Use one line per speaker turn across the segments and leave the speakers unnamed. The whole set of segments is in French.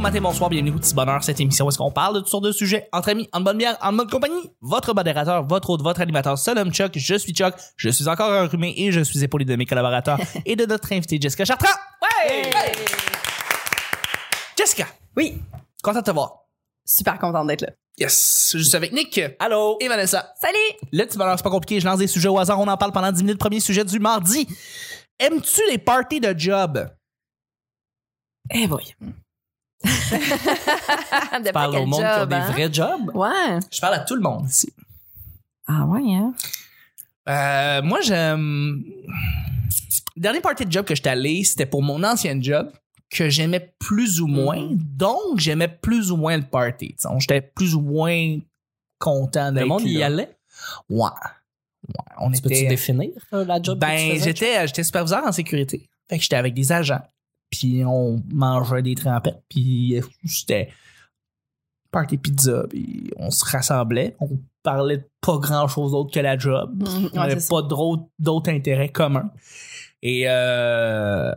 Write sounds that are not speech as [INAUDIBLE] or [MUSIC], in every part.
matin, bonsoir, bienvenue au petit bonheur, cette émission où est-ce qu'on parle de toutes sortes de sujets entre amis, en bonne bière, en bonne compagnie. Votre modérateur, votre hôte, votre animateur, seul homme Chuck, je suis Chuck, je suis encore enrhumé et je suis épaulé de mes [LAUGHS] collaborateurs et de notre invitée Jessica Chartrand. Ouais! Jessica,
Oui,
content de te voir.
super contente d'être là.
Yes, je suis avec Nick. Allô. Et Vanessa.
Salut!
Le petit bonheur, c'est pas compliqué, je lance des sujets au hasard, on en parle pendant 10 minutes. Premier sujet du mardi. Aimes-tu les parties de job?
Eh [LAUGHS] oui.
de
Parle au monde qui
hein?
a des vrais jobs.
Ouais.
Je parle à tout le monde ici.
Ah ouais, hein?
Euh, moi, j'aime. Dernier party de job que j'étais allé, c'était pour mon ancien job que j'aimais plus ou moins.
Mm.
Donc, j'aimais plus ou moins le party. T'sais, J'étais plus ou moins content d'être
Le monde y
là.
allait?
Ouais. Ouais. On
Ben, Tu peux-tu
était-
définir euh, la job que tu
ben,
faisais?
j'étais, j'étais superviseur en sécurité. Fait que j'étais avec des agents. Puis on mangeait des trempettes. Puis euh, c'était party pizza. Puis on se rassemblait. On parlait de pas grand-chose d'autre que la job.
Mm-hmm.
On n'avait pas d'autres d'autres intérêts communs. Et euh,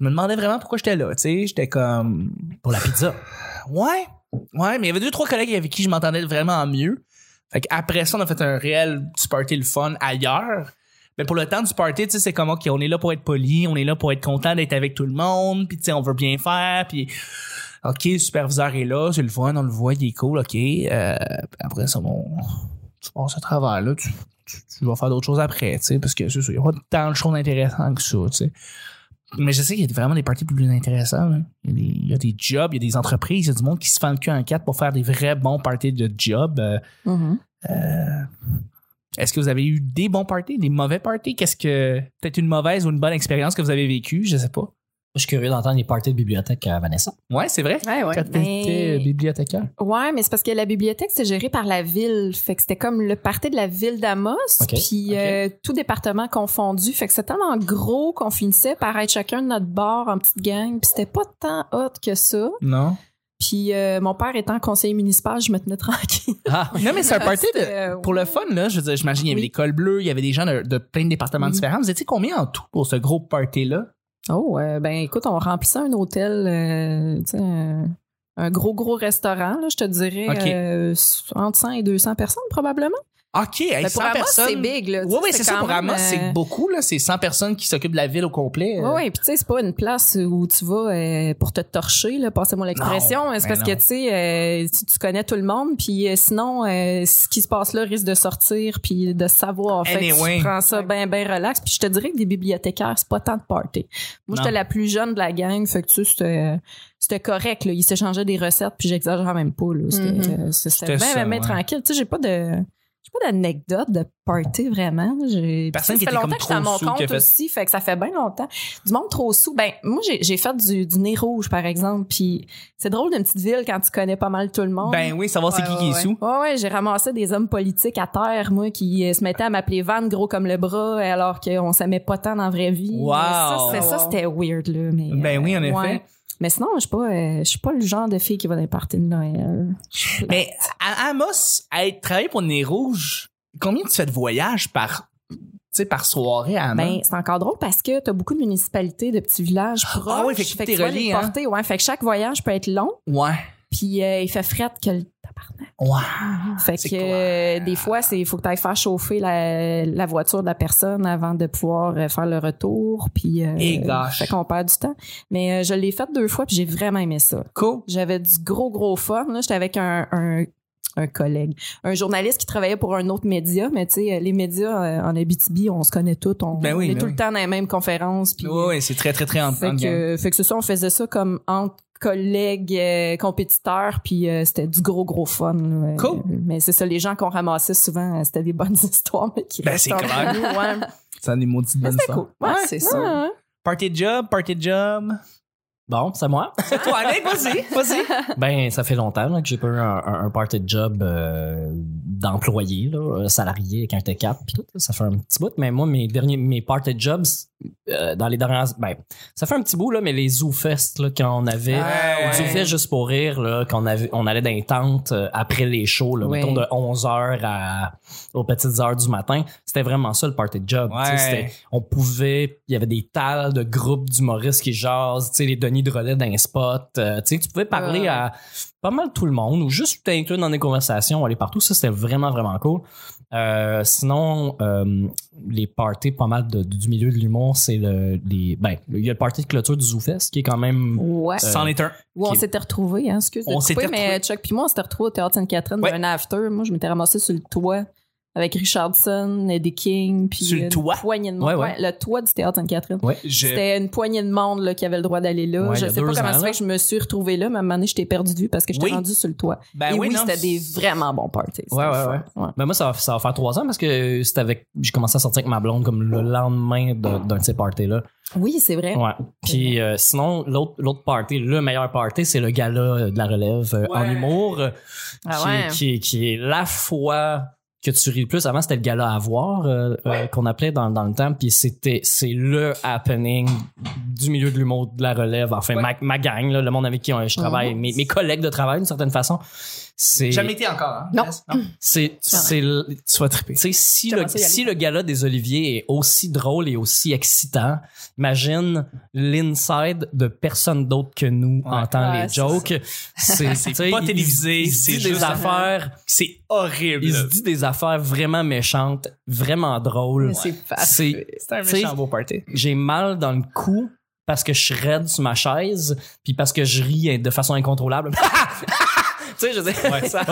je me demandais vraiment pourquoi j'étais là. Tu sais, j'étais comme.
[SIGHS] Pour la pizza.
Ouais, ouais, mais il y avait deux, trois collègues avec qui je m'entendais vraiment mieux. Fait après ça, on a fait un réel petit party le fun ailleurs. Mais pour le temps du party, tu sais, c'est comme, OK, on est là pour être poli, on est là pour être content d'être avec tout le monde, puis tu sais, on veut bien faire, puis OK, le superviseur est là, c'est le fun, on le voit, il est cool, OK. Euh, puis après ça, bon, tu passes à travers, là, tu, tu- tu vas faire d'autres choses après, tu sais, parce que c'est ça, il n'y a pas tant de choses intéressantes que ça, tu sais. Mais je sais qu'il y a vraiment des parties plus intéressantes. là. Il, y a des, il y a des jobs, il y a des entreprises, il y a du monde qui se fend le cul en quatre pour faire des vrais bons parties de job. Euh,
Mm-hmm.
Est-ce que vous avez eu des bons parties, des mauvais parties? Qu'est-ce que. Peut-être une mauvaise ou une bonne expérience que vous avez vécue, je sais pas.
Je suis curieux d'entendre les parties de bibliothèque à Vanessa.
Ouais, c'est vrai.
Ouais, ouais.
Quand t'étais
mais-
bibliothécaire.
Ouais, mais c'est parce que la bibliothèque, c'est géré par la ville. Fait que c'était comme le party de la ville d'Amos,
Ok,
puis
ok.
euh, tout département confondu. Fait que c'était tellement gros qu'on finissait par être chacun de notre bord en petite gang, puis c'était pas tant hot que ça.
Non.
Puis euh, mon père étant conseiller municipal, je me tenais tranquille.
[LAUGHS] Ah, non, mais c'est
[LAUGHS]
un party de-
C'était, euh,
Pour le fun, là, je veux dire, j'imagine, il y avait
Oui.
des cols bleus, il y avait des gens de, de plein de départements
Mhm.
différents. Vous étiez combien en tout pour ce gros party-là?
Oh, euh, ben écoute, on remplissait un hôtel, euh, tu sais, un, un gros, gros restaurant, là, je te dirais,
Ok.
euh, entre 100 et 200 personnes probablement.
OK, hey,
Ben,
100
pour Amos,
personnes.
c'est big. Là, tu
Oui,
sais,
oui, c'est ça.
quand
Pour
même,
Amos, c'est
euh,
beaucoup. là. C'est 100 personnes qui s'occupent de la ville au complet.
Ouais, ouais, puis tu sais, c'est pas une place où tu vas euh, pour te torcher, là, passez-moi l'expression.
Non,
hein, C'est
ben
parce
non.
que tu sais, euh, tu, tu connais tout le monde, puis euh, sinon, euh, ce qui se passe là risque de sortir, puis de savoir. Fait que
Anyway.
tu prends ça bien, bien relax. Puis je te dirais que des bibliothécaires, c'est pas tant de party. Moi,
Non.
j'étais la plus jeune de la gang, fait que tu sais, c'était- c'était correct. Là. Ils s'échangeaient des recettes, puis j'exagère même pas. là. C'était
Mhm.
euh, c'était
Mm-hmm. C'était
bien,
ça,
bien, bien
ouais.
tranquille. Tu sais, j'ai pas de... J'ai pas d'anecdote de party vraiment. J'ai-
Personne
ça
qui
fait
était comme
longtemps que j'étais à
trop
mon
sous qui a
compte
fait-
aussi, fait que ça fait bien longtemps. Du monde trop sous. Ben, moi, j'ai j'ai fait du, du nez rouge, par exemple, puis c'est drôle d'une petite ville quand tu connais pas mal tout le monde.
Ben oui, savoir c'est
Ouais,
qui
ouais,
qui est
ouais.
sous.
Ouais, ouais, j'ai ramassé des hommes politiques à terre, moi, qui euh, se mettaient à m'appeler Van gros comme le bras, alors qu'on s'aimait pas tant dans la vraie vie.
Wow.
Mais Ça, c'était- ça, c'était weird, là. Mais, euh,
Ben oui, en effet.
Mais sinon, je suis pas, euh, je suis pas le genre de fille qui va dans les parties de Noël.
Mais à Amos, à être- travailler pour Nez Rouge, combien tu fais de voyages par, tu sais, par soirée à Amos?
Ben, c'est encore drôle parce que t'as beaucoup de municipalités, de petits villages proches.
Ah ouais, fait que t'es
tu vas les
relié, hein.
porter, ouais. Fait que chaque voyage peut être long,
ouais.
puis euh, il fait fret que le tabarnak.
Ouais.
Fait
C'est
que euh, des fois, c'est faut que t'ailles faire chauffer la, la voiture de la personne avant de pouvoir euh, faire le retour, puis euh,
Et gosh.
fait qu'on perd du temps. Mais euh, je l'ai fait deux fois, puis j'ai vraiment aimé ça.
Cool.
J'avais du gros, gros fun. Là, j'étais avec un, un, un collègue, un journaliste qui travaillait pour un autre média, mais tu sais, les médias euh, en Abitibi, on se connaît tous, on,
Ben oui,
on est
ben
tout
oui.
le temps dans les mêmes conférences. Puis,
Oui, oui, c'est très, très, très en
fait,
en gang.
que, fait que c'est ça, on faisait ça comme entre collègues, euh, compétiteurs, puis euh, c'était du gros, gros fun. là.
Cool.
Euh, Mais c'est ça, les gens qu'on ramassait souvent, euh, c'était des bonnes [LAUGHS] histoires, mais qui
Ben,
restent
c'est
entre
clair.
nous, ouais.
Ça a des maudites bonnes
C'était
histoires.
cool. Ouais,
Ouais, c'est ça.
ouais, ouais.
Ben, Party job, party job.
Bon, c'est moi.
C'est toi, allez, vas-y, vas-y.
ben, ça fait longtemps là, que j'ai pas eu un, un, un party de job euh, d'employé, là, euh, salarié quand j'étais 4 pis tout. là. Ça fait un petit bout. Mais moi, mes derniers mes party de jobs, euh, dans les dernières. Ben, ça fait un petit bout, là, mais les ZooFest, là, quand on avait.
Ah, Ouais,
Du fait juste pour rire, là, qu'on avait, on allait dans les tentes euh, après les shows, là,
Ouais.
mettons de 11h à, aux petites heures du matin. C'était vraiment ça le party de job.
Ouais.
tu sais, c'était- On pouvait, il y avait des tales de groupes d'humoristes qui jasent, tu sais, les Denis Drolet dans un spot. euh, tu sais, tu pouvais parler
Ouais.
à pas mal tout le monde ou juste t'inclure dans des conversations, aller partout. Ça, c'était vraiment, vraiment cool. Euh, sinon, euh, les parties pas mal de- du milieu de l'humour, c'est le, les, ben, il y a le party de clôture du ZooFest qui est quand même
Ouais.
C'en est un.
Où on
qui-
s'était retrouvés, hein, excuse de
Euh, On
te couper,
s'était retrouvés.
mais Chuck puis moi, on s'était retrouvés au Théâtre Sainte-Catherine
Ouais.
dans un after. Moi, je m'étais ramassée sur le toit avec Richardson, Eddie King, puis
Sur le
une
toit?
poignée de monde.
Ouais, ouais.
Ouais, le toit du Théâtre Sainte-Catherine.
Je-
C'était une poignée de monde là, qui avait le droit d'aller là.
Ouais, il y
je
a
sais pas
deux
comment
ans,
ça
là.
fait que je me suis retrouvée là, mais à un moment donné, je t'ai perdu de vue parce que je t'ai
Oui.
rendu sur le toit.
Ben
Et oui,
non,
c'était des vraiment bons parties. C'était
Ouais,
le
ouais,
fun. Ouais.
Ben moi, ça va, ça va faire trois ans parce que c'était avec. J'ai commencé à sortir avec ma blonde comme le lendemain de- d'un de ces parties-là.
Oui, c'est vrai.
Ouais. Puis euh, sinon, l'autre l'autre party, le meilleur party, c'est le gala euh, de la relève euh, en
Ouais.
humour. euh,
Ah
qui,
ouais.
qui, qui est la fois que tu ris le plus. Avant, c'était le gala à voir euh, euh, qu'on appelait dans, dans le temps. Puis c'était c'est le happening du milieu de l'humour de la relève. Enfin,
Ouais.
ma, ma gang, là, le monde avec qui euh,
Mhm.
je travaille, mes, mes collègues de travail d'une certaine façon. C'est
Jamais été encore. hein?
Non.
Yes?
c'est
C'est vrai.
c'est le- tu vas triper. Tu sais si
J'aimerais
le
ça y aller.
si le gala des Oliviers est aussi drôle et aussi excitant, imagine l'inside de personne d'autre que nous
Ouais.
entend
Ouais,
les
c'est
jokes. C'est tu sais,
pas
il-
télévisé,
il se
c'est
dit
juste-
des affaires,
C'est horrible.
il se dit des affaires vraiment méchantes, vraiment drôles.
Mais C'est
C'est-
facile.
C'était un
Tu sais,
méchant beau
[LAUGHS]
party.
J'ai mal dans le cou parce que je suis raide sur ma chaise, puis parce que je ris de façon incontrôlable. [LAUGHS] tu sais, je veux dire, ça-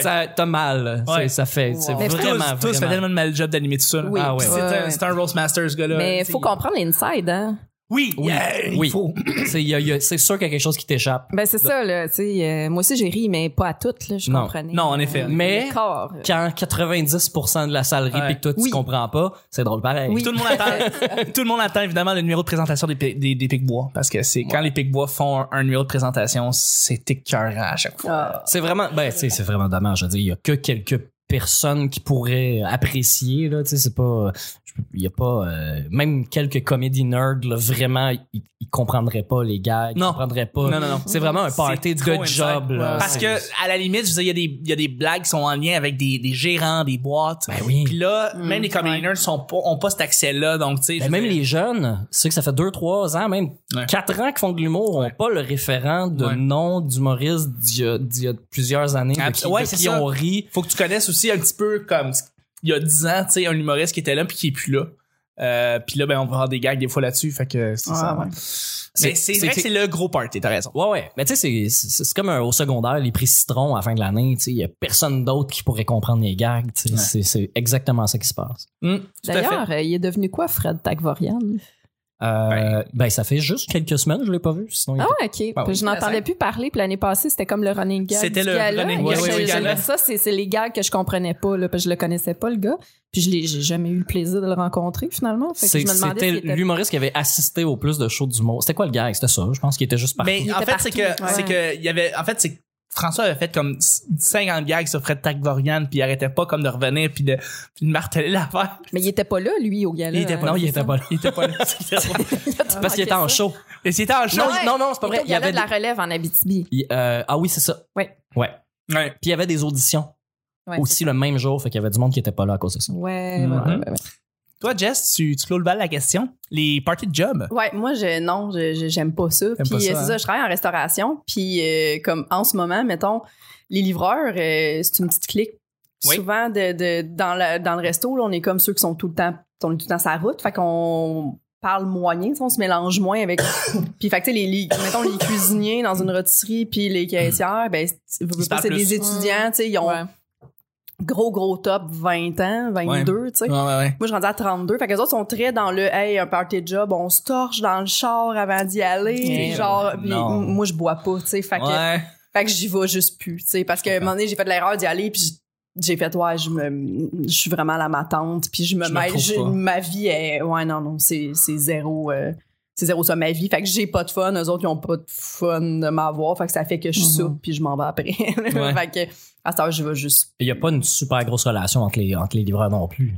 ça- t'as mal.
Ouais.
C'est- Ça fait, c'est
Wow. Mais
Tous,
vraiment,
tous, ça fait
vraiment-
tellement de mal job d'animer tout ça. là.
Oui.
Ah ouais.
Ouais,
C'est un-
ouais.
c'est un, Roastmaster, ce gars-là.
Mais
Tu
il
sais,
faut comprendre l'inside, hein?
Oui,
Oui,
yeah,
oui.
il faut.
[CLEARS THROAT] C'est il y a- il y a- c'est sûr qu'il y a quelque chose qui t'échappe.
Ben, c'est ça, là. Tu sais, euh, moi aussi, j'ai ri, mais pas à toutes, là. Je
Non.
comprenais.
Non, en effet.
Mais-
le corps, euh,
Quand 90% de la salle rit
Ouais.
pis que toi tu
Oui.
comprends pas, c'est drôle pareil.
Tout, le monde attend, tout le monde attend évidemment le numéro de présentation des, pi- des, des Pic-Bois. Parce que c'est quand les Pic-Bois font un, un numéro de présentation, c'est écœurant à chaque fois.
ah,
C'est vraiment ben tu sais, c'est vraiment dommage, je veux dire, il y a que quelques personnes qui pourraient apprécier là, tu sais c'est pas je peux- il y a pas euh, même quelques comédie nerds là, vraiment ils, ils comprendraient pas les gars, ils
Non.
comprendraient pas.
Non, non, non.
C'est vraiment un party
C'est trop
de
insane.
job là.
Parce que, à la limite, je veux dire, il y, a des- il y a des blagues qui sont en lien avec des, des gérants, des boîtes.
Ben oui.
Puis là,
Mm,
même les comedy
ouais.
nerds sont pas, ont pas cet accès-là. Donc, tu sais. je
Ben,
veux
même
dire-
les jeunes, c'est que ça fait 2-3 ans, même
Ouais.
4 ans qu'ils font de l'humour, n'ont pas le référent de
Ouais.
nom d'humoriste d'il y a- d'il y a plusieurs années, de
Abs-
qui,
ouais,
de
c'est
qui
ça.
on rit.
faut que tu connaisses aussi un petit peu comme il y a 10 ans, tu sais, un humoriste qui était là puis qui est plus là. Euh, puis là, ben, on va avoir des gags des fois là-dessus. Fait que c'est
ah,
ça.
ouais.
Mais c'est vrai que c'est le gros party, t'as raison.
Ouais, ouais. Mais tu sais, c'est- c'est c'est comme un- au secondaire, les prix citron à la fin de l'année, tu sais, il y a personne d'autre qui pourrait comprendre les gags. tu sais.
Ouais.
C'est- C'est exactement ça qui se passe.
Hum, tout à fait.
D'ailleurs, euh, il est devenu quoi, Fred Tagvorian?
Euh, Ben, ça fait juste quelques semaines, je l'ai pas vu. Sinon, il
Ah,
était-
ouais, OK.
Ah oui.
Puis je n'entendais plus parler. Puis l'année passée, c'était comme le running gag.
C'était
du
le
gala.
running
Il y a-
gag
je-
du
je-
gala.
Ça, c'est c'est les gags que je comprenais pas, là, parce que je le connaissais pas, le gars. Puis je l'ai- j'ai jamais eu le plaisir de le rencontrer, finalement. Fait que
c'est-
je me demandais
C'était
s'il était-
l'humoriste qui avait assisté au plus de shows d'humour. C'était quoi le gag? C'était ça. Je pense qu'il était juste partout.
Mais
Il
en
était
fait, c'est que,
partout,
c'est que, il y avait, en fait, c'est que François avait fait comme 50 gags sur Fred Tagvorian puis il arrêtait pas comme de revenir puis de, puis de marteler l'affaire.
Mais il était pas là, lui, au gala.
Il était pas
hein,
non, il
c'est
était
ça?
pas là.
Il était pas
[LAUGHS]
là. C'est drôle.
Il a tout
Parce qu'il était
manqué
en
Ah, ça.
show.
[LAUGHS] Et c'était en show.
Non,
Ouais.
non, non, c'est pas
Il
vrai.
était au gala de la relève en Abitibi.
Il- euh, ah oui, c'est ça.
Ouais.
Ouais.
Ouais.
Puis il y avait des auditions
Ouais,
aussi le même jour, fait qu'il y avait du monde qui était pas là à cause de ça.
Ouais,
Mhm.
ouais, ouais, ouais, ouais.
Toi, Jess, tu, tu clôt le bal la question. Les parties de job.
Ouais, moi, je, non, je- je- j'aime pas ça. Puis
pas ça,
euh, c'est
hein?
ça, je travaille en restauration. Puis euh, comme en ce moment, mettons, les livreurs, euh, c'est une petite clique.
Oui.
Souvent, de, de- dans, le, dans le resto, là, on est comme ceux qui sont tout le temps, on est tout le temps sur la route. Fait qu'on parle moyen, tu sais, on se mélange moins avec. [COUGHS] puis fait que, tu sais, les, les- mettons, les cuisiniers dans une rôtisserie, puis les caissières, ben, c'est- veux, veux
se
pas,
parlent
c'est
plus.
des étudiants, tu sais, ils ont
Ouais.
gros, gros top, 20 ans, 22, tu sais.
Ouais, ouais, ouais.
Moi, je suis rendue à 32. Fait que les autres sont très dans le hey, un party de job, on se torche dans le char avant d'y aller.
Eh,
genre,
non.
puis m- moi, je bois pas, tu sais. Fait que,
Ouais.
fait que j'y vais juste plus, tu sais. Parce qu'à un moment donné, j'ai fait de l'erreur d'y aller, puis j- j'ai fait, ouais, je me, je suis vraiment la matante, puis je me
Je me
mêle.
trouve
je-
pas.
ma vie est, ouais, non, non, c'est c'est zéro. euh, c'est zéro ça ma vie. Fait que j'ai pas de fun. Eux autres, ils ont pas de fun de m'avoir. Fait que ça fait que je
Mm-hmm.
Mhm.
soupe puis je m'en vais après. [LAUGHS] fait que à cette heure, je vais juste.
Il y a pas une super grosse relation entre les, entre les livreurs non plus.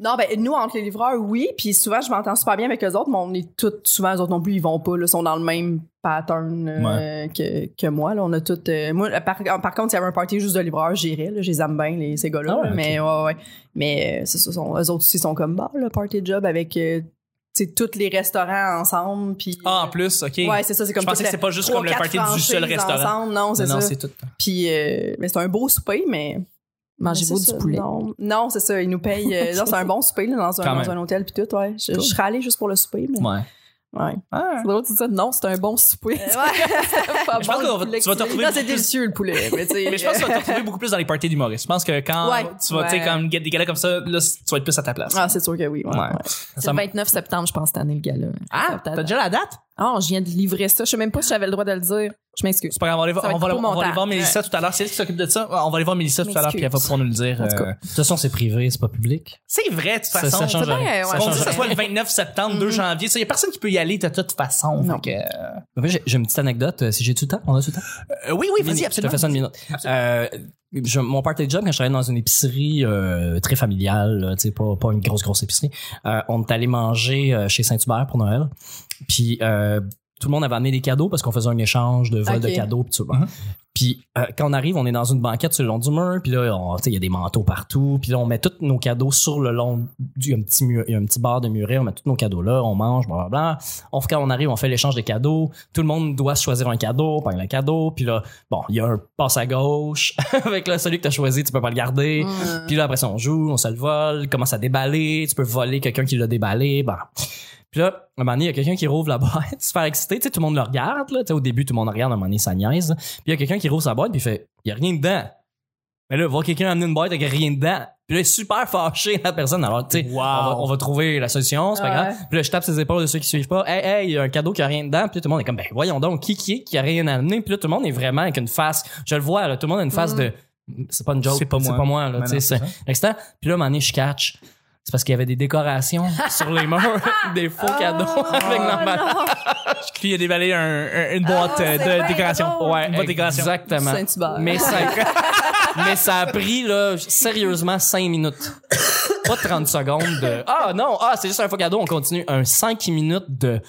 Non, ben nous, entre les livreurs, oui. Puis souvent, je m'entends super bien avec les autres, mais on est toutes, souvent, eux autres non plus, ils vont pas. là, Ils sont dans le même pattern euh, que, que moi. Là. On a toutes. euh, moi, par, par contre, s'il y avait un party juste de livreurs, j'irais. là. Je les aime bien, les, ces gars-là.
Ah ouais,
mais ouais, ouais. Mais euh, c'est ça, sont- eux autres aussi sont comme bah, le party job avec euh, tu sais, tous les restaurants ensemble. Puis,
Ah, en plus, OK.
Ouais, c'est ça, c'est comme
Je pensais
toutes
que
la-
c'est pas juste
trois,
comme le
quatre
party du seul
franchises
restaurant.
ensemble. Non, c'est
non,
ça.
c'est tout.
Puis, euh, mais c'est un beau souper, mais.
Mangez-vous
Mais c'est
du
ça,
poulet.
Non, Non, c'est ça. Ils nous payent.
[LAUGHS]
euh, non, c'est un bon souper là, dans,
Quand
un,
même.
dans un hôtel puis tout. Ouais. Je,
Cool.
je serais allée juste pour le souper, mais.
Ouais.
Ouais.
C'est drôle de dire ça. Non, c'est un bon souper.
[LAUGHS] Euh, ouais.
Pas
Je
bon,
pense
le
qu'on va-
poulet
tu vas
que
te
tu-
retrouver
Non,
beaucoup
c'est délicieux le poulet. Mais, tu sais,
Mais je pense que tu vas te retrouver beaucoup plus dans les parties d'humoristes. Je pense que quand
Ouais.
tu vas, tu sais,
Ouais.
comme get des galas comme ça, là, c- tu vas être plus à ta place.
Ah, c'est sûr que oui. Ouais.
Ouais.
ouais.
C'est
Ça
le
me-
29 septembre, je pense, cette année, le gala.
Ah,
Septembre.
la date?
Ah, je viens de livrer ça. Je sais même pas si j'avais le droit de le dire. Je m'excuse.
C'est pas grave, on va aller,
Ça va
on
être
va,
coupé au
on va aller
montage.
voir Mélissa tout à l'heure. C'est elle qui s'occupe de ça. On va aller voir Mélissa tout à l'heure, puis elle va
M'excuse.
pouvoir nous le dire.
En tout cas.
euh,
De toute façon, c'est privé, c'est pas public.
C'est vrai, de toute
Ça-
façon.
ça change
C'est
rien.
bien,
Ça
ouais.
On
change
dit que
rien.
ce soit le 29 septembre, 2 janvier. Il y a personne qui peut y aller de toute façon.
Mm-hmm. Non.
Fait que,
En fait, j'ai- J'ai une petite anecdote. euh, Si j'ai tout le temps, on a tout le temps.
euh, oui, oui, vas-y,
Je te
absolument.
fais ça une minute. Euh, je- mon party job, quand je travaillais dans une épicerie euh, très familiale, là, tu sais, pas, pas une grosse, grosse épicerie, euh, on est allé manger euh, chez Saint-Hubert pour Noël. Puis euh, tout le monde avait amené des cadeaux parce qu'on faisait un échange de vol
Ok.
de cadeaux. Puis, tout.
Mhm.
Puis, euh, quand on arrive, on est dans une banquette sur le long du mur. Puis là, on- tu sais, il y a des manteaux partout. Puis là, on met tous nos cadeaux sur le long du. Il y a un petit, mur- il y a un petit bar de muret. On met tous nos cadeaux là. On mange, blablabla. On, quand on arrive, on fait l'échange des cadeaux. Tout le monde doit choisir un cadeau, prendre le cadeau. Puis là, bon, il y a un passe à gauche. [LAUGHS] avec là, celui que tu as choisi, tu peux pas le garder.
Mm.
Puis là, après ça, on joue, on se le vole, commence à déballer, tu peux voler quelqu'un qui l'a déballé, bah. Puis là, un moment donné, il y a quelqu'un qui rouvre la boîte, [LAUGHS] super excité, tu sais, tout le monde le regarde, là, tu sais, au début, tout le monde le regarde, à un moment donné, ça niaise. Puis il y a quelqu'un qui rouvre sa boîte, puis il fait, il y a rien dedans. Mais là, voir quelqu'un amener une boîte avec rien dedans. Puis là, il est super fâché, la personne. Alors, tu sais,
Wow.
on, va, on va trouver la solution, c'est pas
Ouais.
grave. Puis là, je tape ses épaules de ceux qui suivent pas. Hey, hey, il y a un cadeau qui a rien dedans. Puis là, tout le monde est comme, ben, voyons donc, qui qui est qui a rien amené? Puis là, tout le monde est vraiment avec une face. Je le vois, là, tout le monde a une
Mm.
face de, c'est pas une joke.
C'est pas moi.
C'est pas moi,
Mais
là, tu sais,
non,
c'est-
c'est ça.
excitant. Puis là, à un moment donné, je catch. C'est parce qu'il y avait des
[LAUGHS]
décorations sur les murs, [LAUGHS] des faux
Ah!
cadeaux
Oh
avec normal.
Puis il a déballé un- un- une boîte euh,
Ah, c'est
de
bien
décoration.
drôle.
Ouais, une boîte de décoration.
Exactement.
Saint-Hubert.
Mais ça, mais ça a pris, là, sérieusement, 5 minutes. Pas 30 secondes de Ah non, ah, c'est juste un faux cadeau, on continue. Un 5 minutes de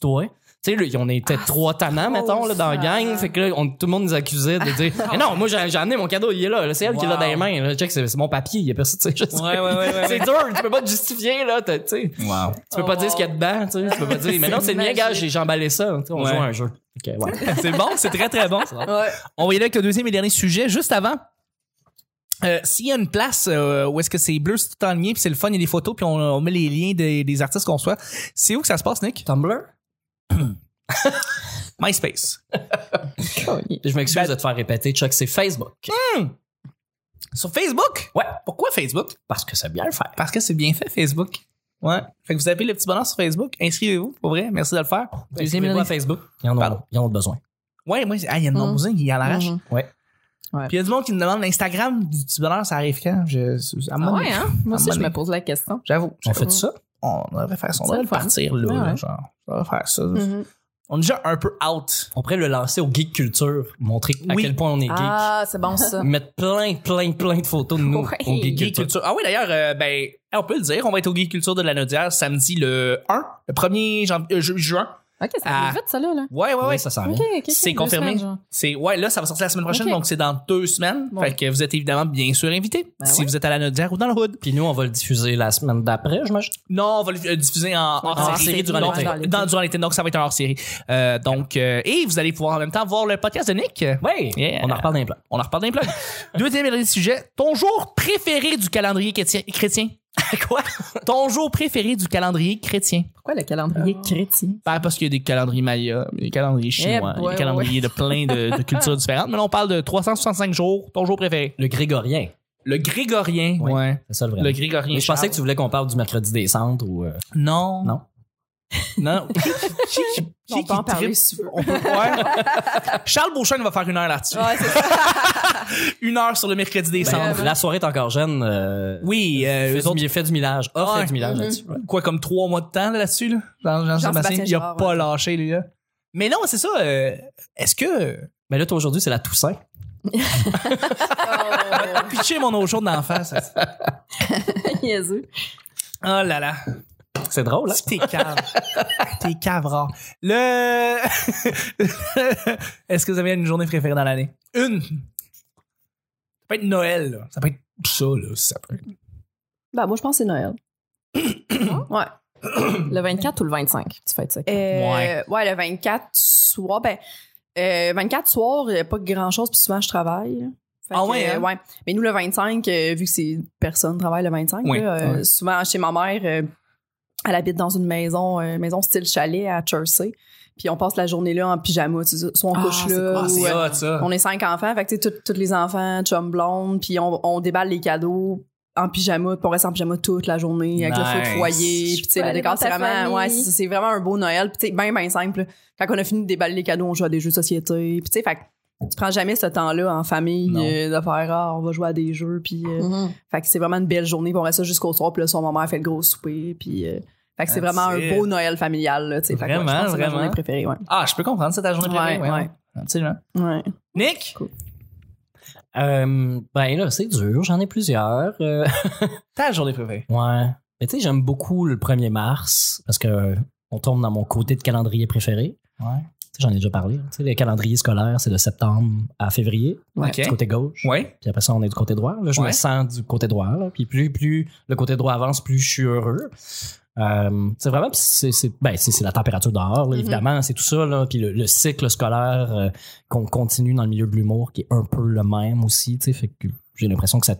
toi. Tu sais, là, on était
Ah,
trois tannants, mettons, là, dans la gang. Fait que là, on- tout le monde nous accusait de dire Mais non, moi, j'ai j'ai amené mon cadeau, il est là. là, c'est elle qui l'a
Ah. Wow.
dans les mains. Là. Check, c'est c'est mon papier, il y a personne, tu sais, je sais.
Ouais, ouais, ouais, ouais, ouais.
C'est dur, tu peux pas te justifier, là. t'as- Tu sais.
Wow.
Tu peux pas
Oh,
dire ce qu'il y a dedans, tu sais. Tu peux pas dire, mais non, c'est le mien,
magique.
gars, j'ai j'ai emballé ça. Tu sais, on
Ouais.
joue à un jeu. Ok, ouais.
[LAUGHS] c'est bon, c'est très très bon.
Ouais.
On va y aller avec le deuxième et dernier sujet juste avant. Euh, S'il y a une place euh, où est-ce que c'est bleu, c'est tout en lien, puis c'est le fun, il y a des photos, puis on, on met les liens des, des artistes qu'on soit. C'est où que ça se passe, Nick?
Tumblr?
MySpace.
Je m'excuse
Ben
de te faire répéter, Chuck, c'est Facebook.
Sur Facebook?
Ouais.
Pourquoi Facebook?
Parce que c'est bien le faire.
Parce que c'est bien fait, Facebook. Ouais. Fait que vous appelez le petit bonheur sur Facebook. Inscrivez-vous, pour vrai. Merci de le faire.
Deuxième
Inscrivez-vous à
Ben, à Facebook. Ils en
Pardon.
ont, ils en ont besoin.
Ouais, moi, ah, il
Mm.
y a de nombreux qui y en arrachent.
Mhm.
Ouais.
Puis il y a du monde qui me demande l'Instagram du petit bonheur, ça arrive quand? Je, à
Ah
mon
ouais, hein? Moi
À
aussi, je
monnaie.
me pose la question.
J'avoue.
On
j'avoue.
fait ça?
On devrait faire ça. On
C'est
devrait
le fun.
partir là,
Ouais,
là,
ouais. Mm.
genre. On devrait faire ça.
Mhm.
On est déjà un peu out.
On pourrait le lancer au geek culture, montrer à
Oui.
quel point on est geek.
Ah, c'est bon
[LAUGHS]
ça.
Mettre plein, plein, plein de photos de nous
Ouais.
au geek
Geek
culture.
Culture. Ah oui, d'ailleurs, euh, ben, on peut le dire, on va être au Geek Culture de la Nodière samedi le 1, le 1er janvier, euh, ju- juin.
OK, ça
Ah.
arrive vite, ça, là. là.
Ouais, ouais, ouais.
Oui, ça s'en
OK,
vient.
OK, OK.
C'est
Deux
confirmé.
semaines, genre.
C'est ouais, là ça va sortir la semaine prochaine,
Ok.
donc c'est dans deux semaines.
Bon.
Fait que vous êtes évidemment bien sûr invités
Ben
si
ouais.
vous êtes à la Nodière ou dans le hood.
Puis nous, on va le diffuser la semaine d'après, j'imagine.
Non, on va le euh, diffuser en hors série,
série
durant
durant
l'été.
l'été.
Dans- Durant l'été, donc ça va être un hors série. Euh, donc euh, et vous allez pouvoir en même temps voir le podcast de Nick.
Oui.
Yeah.
On en reparle d'un plan.
On en reparle d'un plug.
[LAUGHS]
Deuxième et dernier sujet, ton jour préféré du calendrier chrétien.
[LAUGHS]
chrétien. Quoi? Ton jour préféré du calendrier chrétien.
Pourquoi le calendrier chrétien?
Ben, parce qu'il y a des calendriers mayas, des
Eh
calendriers chinois,
boy,
des calendriers de plein de, de cultures différentes. Mais là, on parle de 365 jours, ton jour préféré.
Le grégorien.
Le grégorien.
Oui.
Ouais.
C'est ça le vrai.
Le
nom.
grégorien.
Mais je pensais
Charles.
que tu voulais qu'on parle du mercredi des cendres ou. euh,
Non.
Non.
Non. qui qui, qui,
On peut en
qui
parler
tripe?
si tu veux. Ah.
On peut- ouais. Charles Beauchamp va faire une heure là-dessus.
Ouais, c'est ça.
Une heure sur le mercredi des
Ben,
cendres.
la soirée est encore jeune. euh,
Oui, euh,
fait,
eux autres,
du, fait du millage. Ah,
Ouais.
fait du millage
Mhm.
là-dessus. ouais.
quoi comme trois mois de temps là, là-dessus là Jean- Jean-Sébastien
Jean-Sébastien
il a
Girard,
pas
ouais.
lâché lui là mais non c'est ça euh, est-ce que
Mais là, toi, aujourd'hui, c'est la Toussaint.
Oh.
[LAUGHS]
[LAUGHS]
pitcher mon eau chaude d'en face ça-
[LAUGHS] niaiseux.
Oh là là.
C'est drôle, hein?
T'es cave. T'es cavrard. Le. [LAUGHS] Est-ce que vous avez une journée préférée dans l'année? Une. Ça peut être Noël, là. Ça peut être ça, là. Ça peut être.
Bah, moi, je pense que
[COUGHS]
c'est Noël. ouais.
Le 24 ou le 25, tu fêtes ça.
Euh,
Ouais.
ouais. le 24 soir. Ben, euh, 24 soir, euh, pas grand chose, puis souvent je travaille. là. Fait
Ah
que,
ouais, hein?
euh, ouais. Mais nous, le 25, euh, vu que c'est personne travaille le 25,
Oui,
là, euh, souvent chez ma mère, euh, elle habite dans une maison, euh, maison style chalet à Chersey. Puis on passe la journée là en pyjama, tu sais, soit on
Ah,
couche
c'est
là.
cool.
Ah, c'est
ou, euh,
hot, ça.
on est cinq enfants, fait que tu sais, tous- tous les enfants, chum blonde, puis on, on déballe les cadeaux en pyjama, puis on reste en pyjama toute la journée avec le feu
Nice.
de foyer, puis tu sais,
peux
le
aller
décor,
dans
c'est
ta
vraiment, ouais,
famille.
c'est c'est vraiment un beau Noël, puis tu sais, ben, ben simple. Quand on a fini de déballer les cadeaux, on joue à des jeux de société, puis tu sais, fait que tu prends jamais ce temps-là en famille
Non.
euh, de faire, ah, on va jouer à des jeux, puis euh,
Mm. Mm-hmm.
fait que c'est vraiment une belle journée, puis on reste là jusqu'au soir, puis là, son maman fait le gros souper, puis euh, fait que c'est
That's
vraiment
it.
un beau Noël familial, là, tu sais. Fait que, ouais, je
Vraiment,
pense que c'est ma
vraiment.
journée préférée, ouais.
Ah, je peux comprendre, c'est ta journée préférée. Ah,
Ouais, ouais.
Absolument.
Ouais.
hein. Nick?
Euh, ben là, c'est dur, j'en ai plusieurs. Euh,
Ta journée préférée.
ouais. Mais tu sais, j'aime beaucoup le 1er mars parce que euh, on tombe dans mon côté de calendrier préféré.
Ouais.
Tu sais, J'en ai déjà parlé. hein. Tu sais, le calendrier scolaire, c'est de septembre à février,
Ouais.
du côté gauche.
Ouais.
Puis après ça, on est du côté droit. Là, je
Ouais.
me sens du côté droit. là. Puis plus, plus le côté droit avance, plus je suis heureux. Euh, c'est vraiment, puis c'est c'est- ben, c'est- c'est la température dehors, là,
Mhm.
évidemment, c'est tout ça. Là. Puis le, le cycle scolaire euh, qu'on continue dans le milieu de l'humour, qui est un peu le même aussi. tu sais, Fait que j'ai l'impression que ça,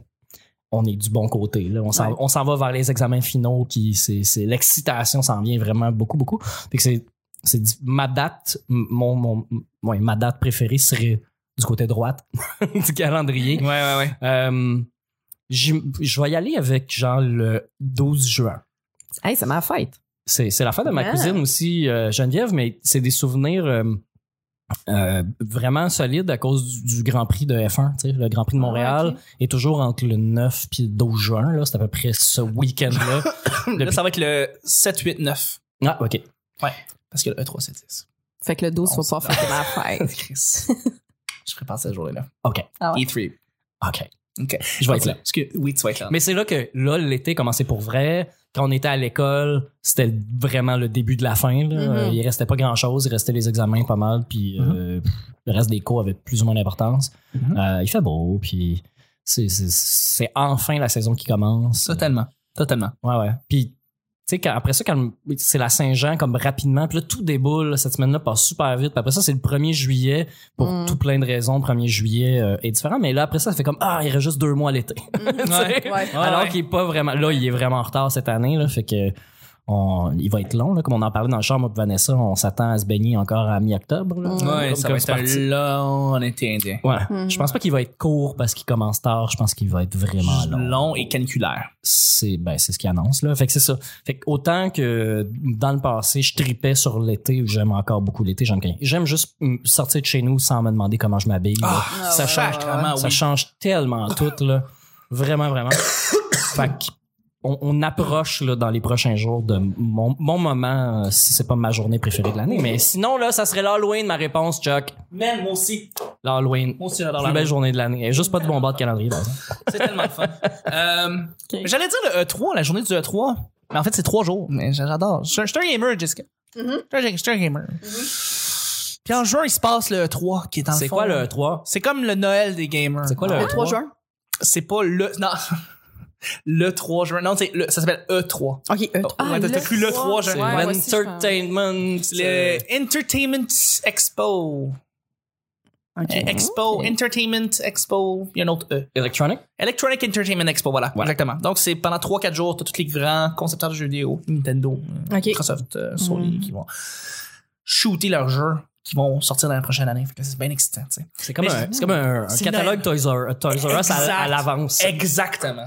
on est du bon côté. Là. On s'en
Ouais.
on s'en va vers les examens finaux, qui c'est c'est- l'excitation s'en vient vraiment beaucoup, beaucoup. Fait que c'est c'est di- ma date, m- mon, mon, ouais, ma date préférée serait du côté droite [LAUGHS] du calendrier.
Ouais, ouais, ouais.
Euh, j'y- je vais y aller avec genre le 12 juin.
Hey, c'est ma fête.
C'est, c'est la fête de ma
Ah.
cousine aussi, euh, Geneviève, mais c'est des souvenirs euh, euh, vraiment solides à cause du, du Grand Prix de F1. tu sais. Le Grand Prix de Montréal
Ah, ok.
est toujours entre le 9 et le 12 juin. Là. C'est à peu près ce week-end-là.
[LAUGHS] Là, ça va être le 7-8-9.
ah, OK.
Parce que le E E3, c'est 10.
Fait que le 12
On
soit
s'en-
pas fête, c'est ma fête.
[LAUGHS] Chris. je prépare cette journée-là. E
OK.
Ah ouais.
E3.
OK.
OK.
Je vais être là.
Parce que, oui, tu vas être là.
Ah. Mais c'est là que là, l'été commençait pour vrai. Quand on était à l'école, c'était vraiment le début de la fin.
Mhm.
Là. Euh, Il restait pas grand-chose. Il restait les examens pas mal. Puis euh, le reste des cours avait plus ou moins d'importance.
Mhm.
Euh, il fait beau. Puis c'est- c'est c'est enfin la saison qui commence.
Totalement. Totalement.
Ouais, ouais. Puis, tu sais, quand- après ça, quand c'est la Saint-Jean, comme rapidement, puis là, tout déboule. Cette semaine-là passe super vite. Puis après ça, c'est le 1er juillet, pour
Mm.
tout plein de raisons. 1er juillet euh, est différent. Mais là, après ça, ça fait comme, ah, il reste juste deux mois à l'été.
Mm.
Tu sais?
Ouais.
Ah
Alors
ouais.
qu'il est pas vraiment. Là, il est vraiment en retard cette année, là, fait que. On, il va être long, là, comme on en parlait dans le champ, moi, et Vanessa, on s'attend à se baigner encore à mi-octobre. là.
Ouais,
Ouais,
Comme-
ça
comme
va
c'est
être un
parti.
long été indien.
Ouais.
Mhm.
Je pense pas qu'il va être court parce qu'il commence tard. Je pense qu'il va être vraiment
Juste
long.
Long et caniculaire.
C'est ben, c'est ce qu'il annonce. Là. Fait que c'est ça. Fait que autant que dans le passé, je tripais sur l'été, j'aime encore beaucoup l'été. J'aime quand- J'aime juste mm, sortir de chez nous sans me demander comment je m'habille. là.
Ah
ça
ouais,
change
ouais, ouais.
clairement,
Ça
oui.
change tellement tout, là. Vraiment, vraiment. fait que on, on approche là, dans les prochains jours de mon, mon moment, euh, si c'est pas ma journée préférée de l'année. Mais sinon, là, ça serait l'Halloween, ma réponse, Chuck.
Même, moi aussi.
L'Halloween.
Moi aussi, j'adore
Plus belle journée de l'année. Et Juste pas de bon bord de calendrier, par exemple.
C'est tellement
[LAUGHS]
fun. Euh, J'allais dire le E3, la journée du E3. Mais en fait, c'est trois jours. Mais j'adore. Je suis un- je suis un gamer, Jessica.
Mm-hmm.
Je suis un- je suis un gamer. Puis en juin, il se passe le E3 qui est en
C'est quoi le 3?
C'est comme le Noël des gamers.
C'est quoi le E
Le 3 juin?
C'est pas le. Non. [LAUGHS] Le 3 juin. Non, c'est le- ça s'appelle E3.
OK, euh,
Ah, ouais, t'as- t'as plus le 3
C'est
juin.
Ouais, moi aussi, je pense.
Entertainment.
Le Entertainment Expo.
Mhm, OK.
Eh, Expo, Entertainment Expo. Il y a un autre E.
Electronic?
Electronic Entertainment Expo, voilà. Exactement. Donc, c'est pendant 3-4 jours, t'as tous les grands concepteurs de jeux vidéo, Nintendo, euh,
Ok. Mhm.
Microsoft, euh, Sony, qui vont shooter leurs jeux qui vont sortir dans la prochaine année. Fait que c'est bien excitant, tu sais.
C'est comme
Mais
un,
c'est-
c'est comme un, un
c'est
catalogue Toys R, Toys R Us à, à
Exact.
l'avance.
Exactement.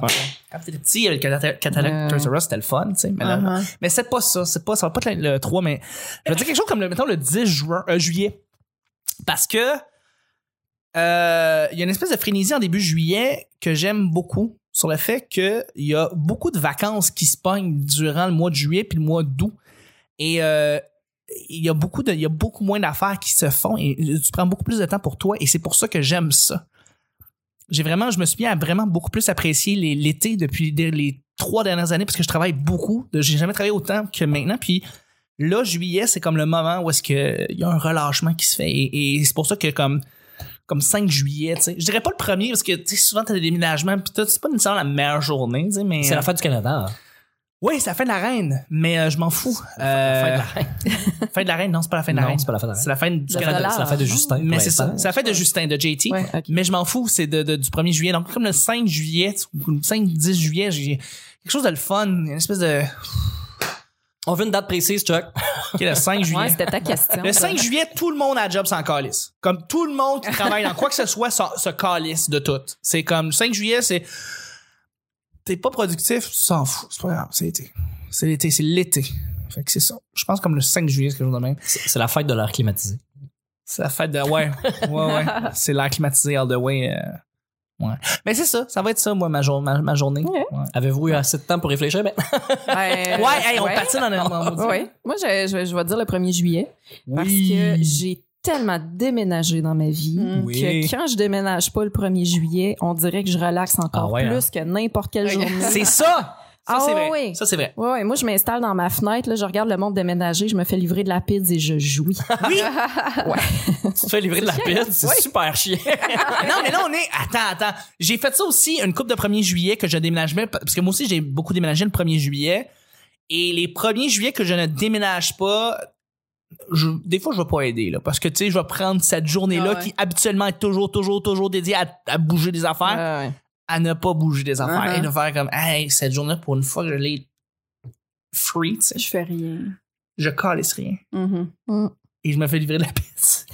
Quand t'étais petit, il y avait le cata- catalogue
Euh.
Toys R Us, c'était le fun, tu sais. Mais, là-
Uh-huh.
mais c'est pas ça. C'est pas, ça va pas être le, le 3, mais je vais dire quelque chose comme, le, mettons, le 10 juin, euh, juillet. Parce que euh, il y a une espèce de frénésie en début juillet que j'aime beaucoup sur le fait qu'il y a beaucoup de vacances qui se pognent durant le mois de juillet puis le mois d'août. Et euh, il y a beaucoup de, il y a beaucoup moins d'affaires qui se font et tu prends beaucoup plus de temps pour toi et c'est pour ça que j'aime ça. j'ai vraiment, je me suis mis à vraiment beaucoup plus apprécier les- l'été depuis les- les trois dernières années parce que je travaille beaucoup. De- J'ai jamais travaillé autant que maintenant. Puis là, juillet, c'est comme le moment où est-ce que il y a un relâchement qui se fait. Et, et c'est pour ça que comme comme 5 juillet, tu sais, je dirais pas le premier parce que tu sais, souvent t'as des déménagements puis tout, c'est pas nécessairement la meilleure journée, tu sais, mais euh,
C'est la fête du Canada. hein.
Oui, c'est la fin de la reine, mais euh, je m'en fous.
La fête
Euh,
de la reine.
[LAUGHS] fin de la reine, Ben non, c'est pas la fin de la
Non,
reine.
c'est pas la fête de la reine.
C'est la fin du
Le
Canada.
relâche.
C'est la fête de Justin.
Mais
pour
c'est ça.
l'instant.
C'est la fête de Justin, de JT.
Ouais, ok.
Mais je m'en fous, c'est de, de- du 1er juillet. Donc, comme le 5 juillet, ou le 5-10 juillet, j'ai quelque chose de le fun, une espèce de.
On veut une date précise, Chuck.
Ok, le 5
Ouais,
juillet.
c'était ta question.
le 5 juillet, tout le monde à la job s'en calisse. Comme tout le monde qui travaille dans quoi que ce soit s'en- se calisse de tout. C'est comme le 5 juillet, c'est. T'es pas productif, tu s'en fous. C'est pas grave, c'est l'été. C'est l'été, c'est l'été. Fait que c'est ça. Je pense comme le 5 juillet, c'est quelque chose de même.
C'est c'est la fête de l'air climatisé.
C'est la fête de. Ouais, ouais,
[LAUGHS]
ouais. C'est l'air climatisé all the way. euh, Ouais. Mais c'est ça, ça va être ça, moi, ma, jour- ma, ma journée.
Ouais. Euh,
Ouais.
Avez-vous eu assez de temps pour réfléchir? Ben,
[LAUGHS] Ouais,
Ouais, hey, on patine en en- en-
Ouais. Moi, je, je, je vais dire le 1er juillet parce que j'ai tellement déménagé dans ma vie
Mm.
Oui.
que quand je déménage pas le 1er juillet, on dirait que je relaxe encore
Ah ouais,
plus que n'importe quelle journée.
hein. C'est ça! Ça,
Ah
c'est vrai.
oui.
Ça, c'est vrai.
Ouais, ouais, moi je m'installe dans ma fenêtre, là, je regarde le monde déménager, je me fais livrer de la pizza et je jouis.
Oui! [LAUGHS]
tu te fais livrer de la pizza,
hein?
c'est super chiant. hein?
non, mais là, on est. Attends, attends. J'ai fait ça aussi une coupe de 1er juillet que je déménageais. Parce que moi aussi, j'ai beaucoup déménagé le 1er juillet. Et les 1er juillet que je ne déménage pas, je- des fois, je vais pas aider, là. Parce que, tu sais, je vais prendre cette journée-là
Ah ouais.
qui habituellement est toujours, toujours, toujours dédiée à, à bouger des affaires,
Ouais, ouais.
à ne pas bouger des affaires.
Uh-huh.
Et de faire comme, hey, cette journée, pour une fois que je l'ai free, tu sais,
Je fais rien.
je calisse rien.
Mhm.
Et je me fais livrer de la pizza.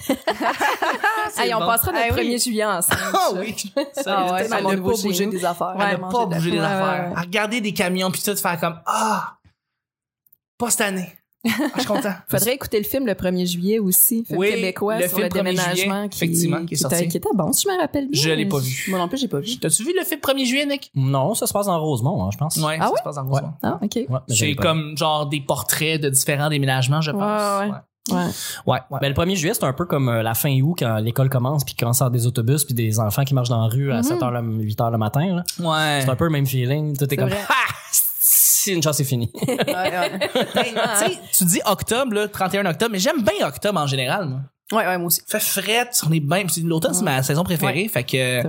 Hey, on
bon.
passera
Ah
notre
oui.
1er juillet ensemble.
Ah [LAUGHS] oui! Ça,
Ah ouais,
ça,
ça
le
m'a pas
nouveau
bougé
chez nous.
des affaires.
à
Ouais,
ne
manger
pas
de la
bouger les
poule,
affaires.
ouais, ouais.
À regarder des camions, puis tout, de faire comme Ah, pas cette [LAUGHS] année. Ah, je suis content.
Faudrait écouter le film le 1er juillet aussi, film
Oui,
québécois
le
sur
film
le
1er juillet,
déménagement qui,
effectivement, qui est
était-
sorti.
qui était bon, si je me rappelle bien.
Je l'ai pas vu.
Moi non plus, j'ai pas vu.
T'as-tu vu le film 1er juillet, Nick?
Non, ça se passe en Rosemont, hein, je pense.
Ouais,
Ah
ça se passe en gros.
Ah, OK.
Ouais, mais j'avais
C'est
pas
comme genre des portraits de différents déménagements, je pense.
Ouais, ouais. Ouais.
Ouais, ouais.
Ben, le 1er juillet, c'est un peu comme euh, la fin août quand l'école commence, puis quand sort des autobus, puis des enfants qui marchent dans la rue à
Mhm.
7h, le- 8h le matin. là.
Ouais.
C'est un peu le même feeling. Tout est, comme,
vrai.
[LAUGHS] ah, si une chance, c'est fini. [LAUGHS]
Ouais, [LAUGHS] ouais.
Hey,
hein.
tu sais, tu dis octobre, là, 31 octobre, mais j'aime bien octobre en général, moi.
Ouais, ouais, moi aussi.
Fait fret, on est bien. puis L'automne, c'est ma saison préférée, fait que.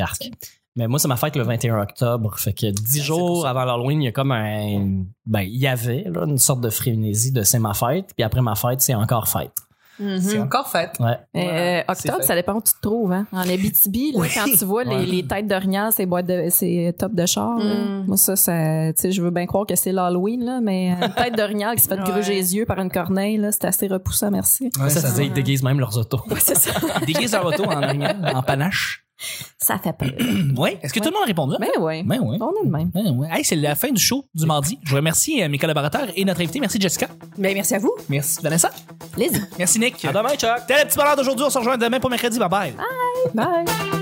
Arc. Mais moi, c'est ma fête le 21 octobre. Fait que dix
Ben, c'est pour
jours
ça.
avant l'Halloween, il y a comme un. Ben, il y avait là, une sorte de frénésie de c'est ma fête, puis après ma fête, c'est encore fête.
Mm-hmm.
C'est encore fête.
Ouais.
Voilà,
Euh, octobre,
c'est
ça dépend où tu te trouves. Hein? En Abitibi, là,
Oui.
quand tu vois
Ouais.
les, les têtes d'orignal, ces boîtes de, ces tops de char, là,
Mm.
moi ça, ça tu sais, je veux bien croire que c'est l'Halloween, là, mais euh, une tête d'orignal qui se fait
Ouais.
gruger les yeux par une corneille, là, c'est assez repoussant, merci.
Ouais,
ça,
ça, hein.
se dit, ils déguisent même leurs autos.
c'est ça.
déguise leur auto en, en panache.
ça fait peur.
Oui. Est-ce que tout le monde a répondu?
Mais ouais.
Ben oui.
On est de même.
Ouais, ouais. Hey, c'est la fin du show du mardi. Je remercie euh, mes collaborateurs et notre invité. Merci Jessica.
Ben, merci à vous.
Merci Vanessa.
Plaisir.
Merci Nick.
À demain, Chuck!
C'était le petit bonheur d'aujourd'hui. On se rejoint demain pour mercredi. Bye bye.
Bye.